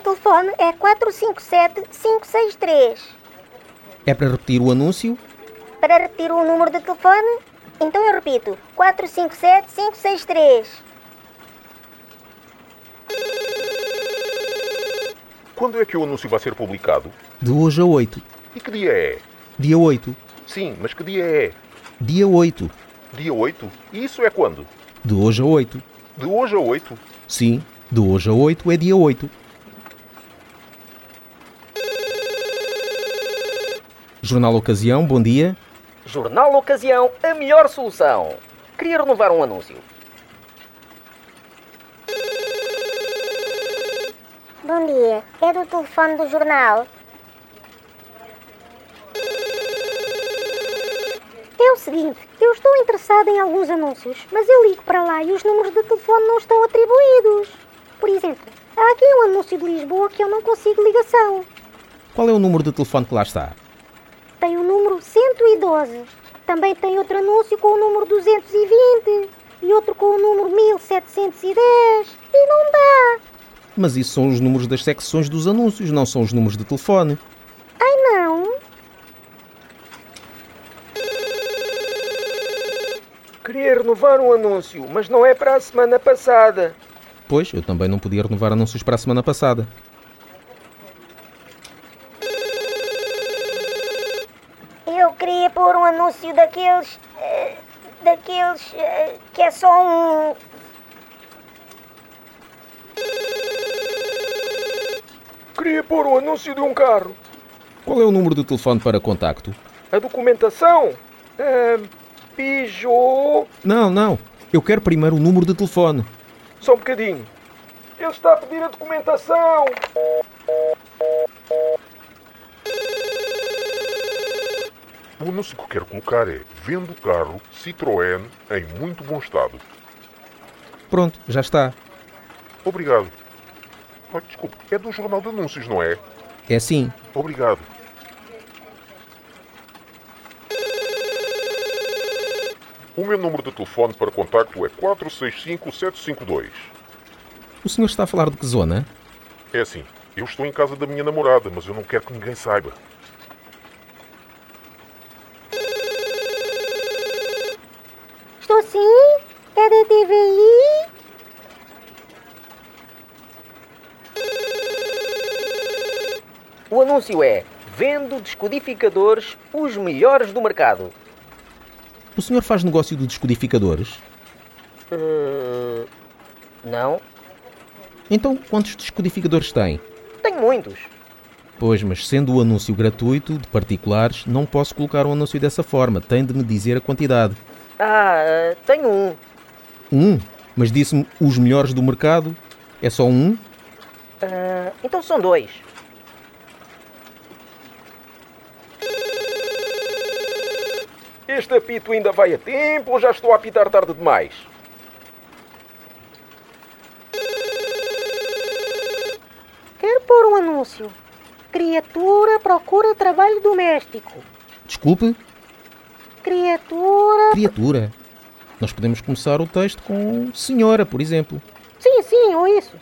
telefone é 457-563. É para repetir o anúncio? Para repetir o número de telefone, então eu repito: 457-563. Quando é que o anúncio vai ser publicado? De hoje a 8. E que dia é? Dia 8. Sim, mas que dia é? Dia 8. Dia 8? E isso é quando? De hoje a 8. De hoje a 8? Sim, de hoje a 8 é dia 8. Jornal Ocasião, bom dia. Jornal Ocasião, a melhor solução. Queria renovar um anúncio. Bom dia, é do telefone do jornal. É o seguinte, eu estou interessada em alguns anúncios, mas eu ligo para lá e os números de telefone não estão atribuídos. Por exemplo, há aqui um anúncio de Lisboa que eu não consigo ligação. Qual é o número de telefone que lá está? Tem o número 112. Também tem outro anúncio com o número 220 e outro com o número 1710. E não dá. Mas isso são os números das secções dos anúncios, não são os números de telefone. Ai não, Queria renovar um anúncio, mas não é para a semana passada. Pois, eu também não podia renovar anúncios para a semana passada. eu queria pôr um anúncio daqueles. eh, daqueles. eh, que é só um. Queria pôr o anúncio de um carro. Qual é o número de telefone para contacto? A documentação? Ahm, Peugeot. Não, não. Eu quero primeiro o número de telefone. Só um bocadinho. Ele está a pedir a documentação. O anúncio que quero colocar é Vendo carro Citroën em muito bom estado. Pronto, já está. Obrigado. Ah, desculpe, é do Jornal de Anúncios, não é? É assim. Obrigado. O meu número de telefone para contacto é 465-752. O senhor está a falar de que zona? É assim, eu estou em casa da minha namorada, mas eu não quero que ninguém saiba. Estou sim? É da TVI? O anúncio é: vendo descodificadores os melhores do mercado. O senhor faz negócio de descodificadores? Hum, não, Então, quantos descodificadores tem? tenho muitos. Pois, mas sendo o anúncio gratuito, de particulares, não posso colocar um anúncio dessa forma. Tem de me dizer a quantidade. Ah, tenho um. Um? Mas disse-me os melhores do mercado? É só um? Ah, então são dois. Este apito ainda vai a tempo ou já estou a apitar tarde demais? Quero pôr um anúncio. Criatura procura trabalho doméstico. Desculpe? Criatura. Criatura. Nós podemos começar o texto com senhora, por exemplo. Sim, sim, ou isso.